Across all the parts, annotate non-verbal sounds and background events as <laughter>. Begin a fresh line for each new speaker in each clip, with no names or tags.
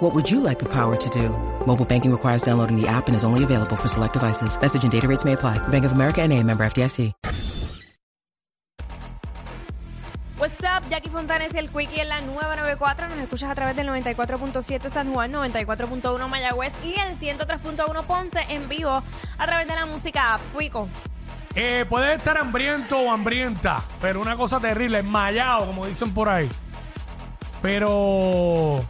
What would you like the power to do? Mobile banking requires downloading the app and is only available for select devices. Message and data rates may apply. Bank of America and a member FDIC.
What's up, Jackie Fontanes y el Quickie en la nueva 94. Nos escuchas a través del 94.7 San Juan, 94.1 Mayagüez y el 103.1 Ponce en vivo a través de la música app. Cuico.
Eh, puede estar hambriento o hambrienta, pero una cosa terrible, enmayado, como dicen por ahí. Pero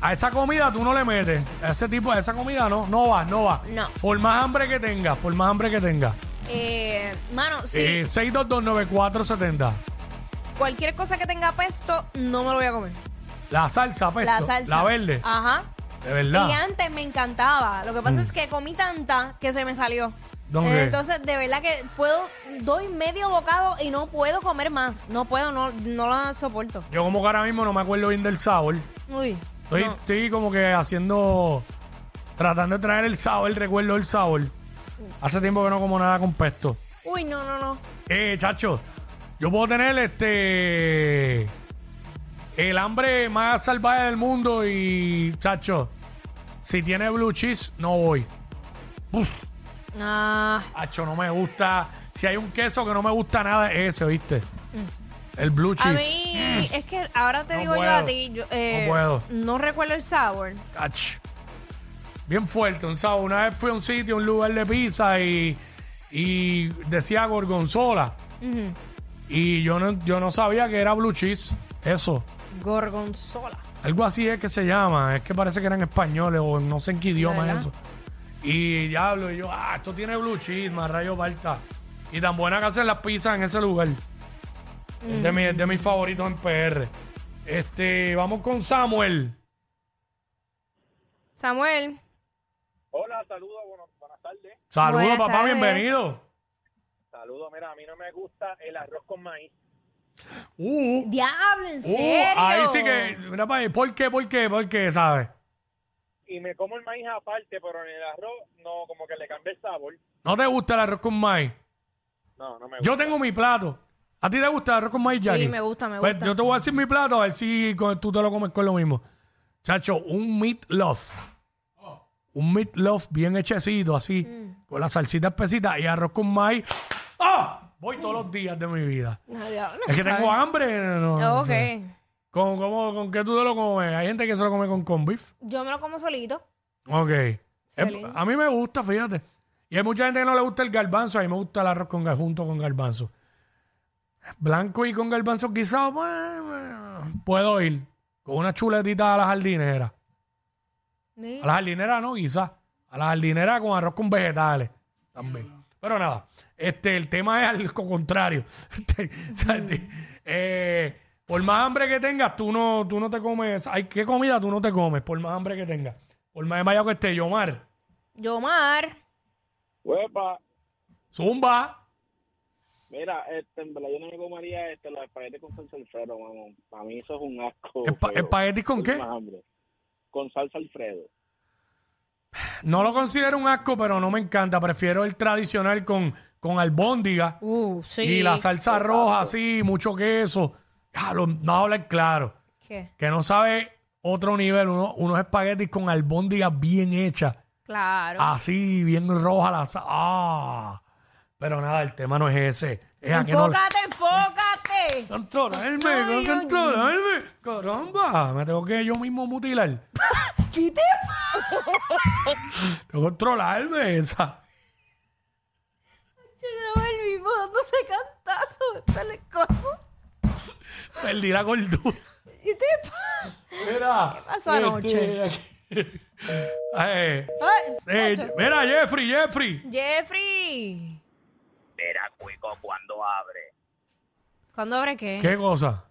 a esa comida tú no le metes. A ese tipo, a esa comida no, no va, no va.
No.
Por más hambre que tengas, por más hambre que tengas.
Eh, mano, sí,
Eh, 6229470.
cualquier cosa que tenga pesto, no me lo voy a comer.
La salsa, pesto.
La salsa.
La verde.
Ajá.
De verdad.
Y antes me encantaba. Lo que pasa es que comí tanta que se me salió.
Mm. ¿Dónde?
Eh, Entonces, de verdad que puedo, doy medio bocado y no puedo comer más. No puedo, no, no la soporto.
Yo como que ahora mismo no me acuerdo bien del sabor.
Uy.
Estoy,
no.
estoy como que haciendo, tratando de traer el sabor, el recuerdo del sabor. Hace tiempo que no como nada con pesto.
Uy, no, no, no.
Eh, chacho, yo puedo tener este. El hambre más salvaje del mundo y, chacho, si tiene blue cheese, no voy. Uf,
Ah,
chacho, no me gusta. Si hay un queso que no me gusta nada, es ese, ¿viste? El blue
Mm. a
cheese. Mm.
mí es que ahora te
No
digo yo
puedo.
a ti, yo, eh,
No puedo.
no recuerdo el sabor.
Ach. Bien fuerte, un sabor. Una vez fui a un sitio, un lugar de pizza y, y decía gorgonzola. Y yo no, yo no sabía que era blue cheese. Eso.
Gorgonzola.
Algo así es que se llama. Es que parece que eran españoles o no sé en qué idioma es
¿Verdad?
eso. Y ya hablo, y yo, ah, esto tiene blue cheese, más rayo balta. Y tan buena que hacen las pizzas en ese lugar. Es de, mi- es de mis favoritos en PR. Este, vamos con Samuel.
Samuel,
Hola, saludos, bueno, buenas tardes.
Saludos,
Buenas
papá,
tardes.
bienvenido.
Saludos, mira, a mí no me gusta el arroz con maíz.
Uh, uh,
diablo, en
uh,
serio.
ahí sí que, mira para ahí, ¿por qué, por qué, por qué, sabes?
Y me como el maíz aparte, pero en el arroz no, como que le cambia el sabor.
¿No te gusta el arroz con maíz?
No, no me gusta.
Yo tengo mi plato. ¿A ti te gusta el arroz con maíz, Jackie?
me gusta, me
Pues
gusta.
yo te voy a decir mi plato, a ver si con- tú te lo comes con lo mismo. Chacho, un meat loaf. Un meat loaf bien hechecito, así,
Mm.
con la salsita espesita y arroz con maíz. ¡Ah! Voy todos los días de mi vida.
Ah, diablo.
Es que tengo hambre. no- no
Ok.
sé. ¿Con, cómo- ¿Con qué tú te lo comes? Hay gente que se lo come con corn beef.
Yo me lo como solito.
Ok. Es-
Feliz.
a mí me gusta, fíjate. Y hay mucha gente que no le gusta el garbanzo. A mí me gusta el arroz con, gar- junto con garbanzo. Blanco y con garbanzo quizás puedo ir con una chuletita a la jardinera.
Sí.
A la jardinera no, quizás. A la jardinera con arroz con vegetales también. Pero nada, este, el tema es al co- contrario. <laughs> Este, o sea, este, eh, por más hambre que tengas, tú no, tú no te comes. Hay, ¿Qué comida tú no te comes? Por más hambre que tengas. Por más desmayado que esté, Yomar.
Yo, Mar.
Huepa,
Zumba.
mira, este, en verdad yo no me comería este, los espaguetis con salsa alfredo, mamón. Para mí eso es un asco.
Espa-
feo.
¿Espaguetis con
Tengo
qué?
más hambre. Con salsa alfredo.
No lo considero un asco, pero no me encanta. Prefiero el tradicional con, con albóndiga
Uh, sí.
y la salsa roja, así, mucho queso. Ya, lo- no hablar claro.
¿Qué?
que no sabe otro nivel, uno- unos espaguetis con albóndigas bien hechas,
Claro.
Ah, así, bien roja la sa- ¡Ah! Pero nada, el tema no es ese. Es a que no.
enfócate, enfócate.
Controlarme,
Ay,
controlarme. Caramba, me tengo que yo mismo mutilar.
¿Qué te pasa?
Tengo que controlarme esa.
Yo no el mismo dándose cantazo. sale como.
Perdí la gordura.
¿Y te pasa?
Mira. este, ¿Qué
pasó anoche?
<laughs> Eh, mira, Jeffrey, Jeffrey.
Jeffrey.
Verá, Cuico, cuando abre
¿Cuándo abre qué?
¿Qué cosa?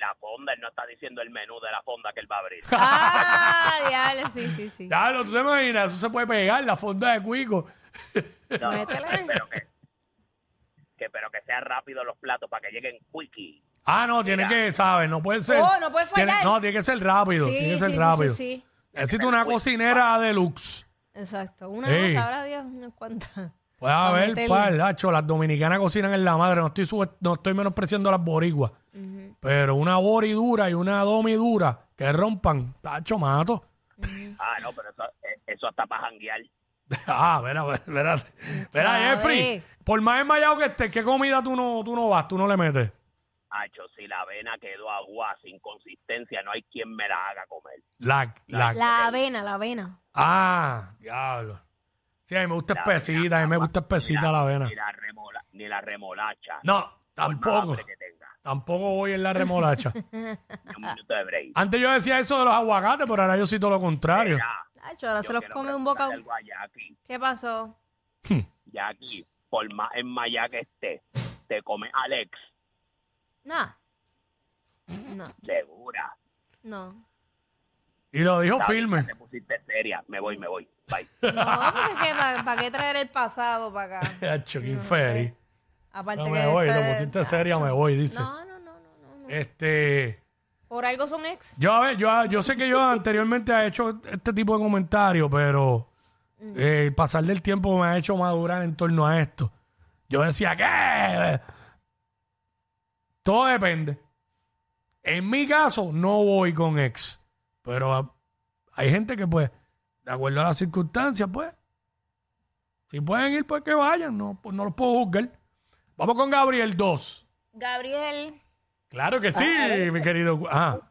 la fonda, él no está diciendo el menú de la fonda que él va a
<laughs>
abrir.
Ah, diablo, sí, sí, sí.
Dale, tú te imaginas, eso se puede pegar, la fonda de Cuico.
No, no,
Métele.
espero que, que, pero que sean rápidos los platos para que lleguen quickie.
Ah, no, tiene que, ¿sabes? No puede ser.
Oh, no puede fallar.
Tiene- no, tiene que ser rápido.
Sí,
tiene que
sí,
ser
sí,
rápido.
sí, sí.
Necesito una cocinera deluxe.
Exacto. Una
Sí.
cosa, ahora Dios, unas cuantas.
Pues
Pa'
a ver,
meterle.
pa, Lacho, las dominicanas cocinan en la madre. No estoy, sube- no estoy menospreciando a las boriguas. Pero una bori dura y una domi dura que rompan, tacho, mato.
Ah, no, pero eso, eh, eso hasta para janguear.
<laughs> ah, verá, verá. Verá,
Chale.
Jeffrey, por más enmayado que estés, ¿qué comida tú no, tú no vas? ¿Tú no le metes?
Hacho, si la avena quedó agua, sin consistencia, no hay quien me la haga comer.
La, la,
La avena, la avena.
Ah, diablo. Sí, a mí me gusta espesita, a mí me gusta espesita la avena.
Ni la, remola, ni la remolacha.
No,
por más
tampoco.
hambre que tenga.
Tampoco voy en la remolacha. <laughs>
Ni un minuto de break.
Antes yo decía eso de los aguacates, pero ahora yo cito lo contrario.
Mira,
Nacho, ahora se
yo
los
quiero
come de un
preguntarle
bocado.
algo a Jackie.
¿Qué pasó?
Jackie, por más en Maya que esté, te come Alex,
Nada. No,
segura.
no.
Y lo dijo
Está bien,
firme.
ya Te pusiste seria. Me voy, me voy. Bye.
No, ¿para qué traer el pasado para acá?
<laughs> Hacho, qué infeliz.
Aparte
No
que
me voy,
este-
lo pusiste seria, me voy, dice.
No, no, no, no, no, no.
Este,
Por algo son ex.
yo a ver, yo, yo sé que yo anteriormente he hecho este tipo de comentarios, pero eh, el pasar del tiempo me ha hecho madurar en torno a esto. Yo decía que todo depende. En mi caso, no voy con ex. Pero ah, hay gente que, pues, de acuerdo a las circunstancias, pues, si pueden ir, pues que vayan. No, pues, no los puedo juzgar. Vamos con Gabriel 2.
Gabriel.
Claro que sí, mi querido. Gu- Ajá.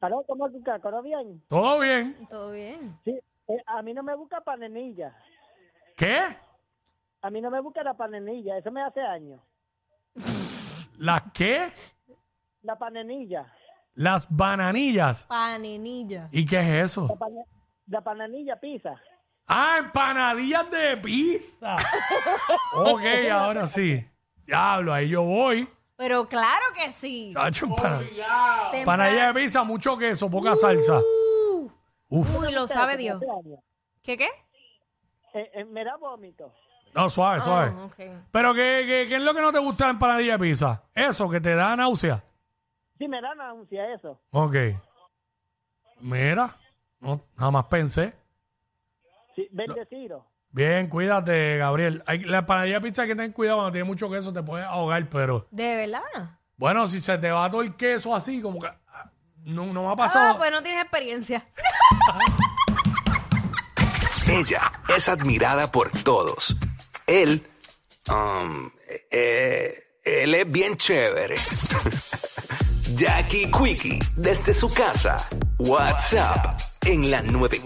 Aló, ¿cómo tú estás? ¿Todo bien?
¿Todo bien?
Todo bien.
Sí, eh, a mí no me busca panenilla.
¿Qué?
A mí no me busca la panenilla, eso me hace años.
¿Las qué?
La panenilla.
Las bananillas.
Panenilla.
¿Y qué es eso?
La, pane- la panenilla pizza.
Ah, empanadillas de pizza. ok, ahora sí. Diablo, ahí yo voy.
Pero claro que sí.
Chacho, empana-
Temprano.
empanadilla de pizza, mucho queso, poca salsa.
Uh,
Uf.
Uy, lo sabe Dios.
Hace años.
¿Qué qué?
Eh, eh, me da vómito.
No, suave, suave.
Ah, ok.
Pero ¿qué, qué, qué es lo que no te gusta de empanadilla de pizza? Eso, que te da náusea.
Sí, me da náusea eso.
Ok. Mira, no, jamás pensé.
Sí, bendecido.
Bien, cuídate, Gabriel. Hay, la empanadilla de pizza hay que tener cuidado, cuando tiene mucho queso te puedes ahogar, pero...
¿De verdad?
Bueno, si se te va todo el queso así, como que... ah, No, no me ha
Ah,
pasado...
pues no tienes experiencia.
Ella es admirada por todos. Él, um, eh, él es bien chévere. <laughs> Jackie Quickie, desde su casa. WhatsApp en la 9.